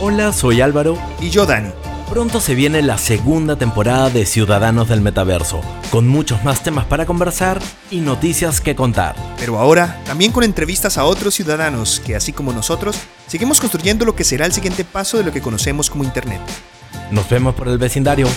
Hola, soy Álvaro. Y yo, Dani. Pronto se viene la segunda temporada de Ciudadanos del Metaverso, con muchos más temas para conversar y noticias que contar. Pero ahora, también con entrevistas a otros ciudadanos que, así como nosotros, seguimos construyendo lo que será el siguiente paso de lo que conocemos como Internet. Nos vemos por el vecindario.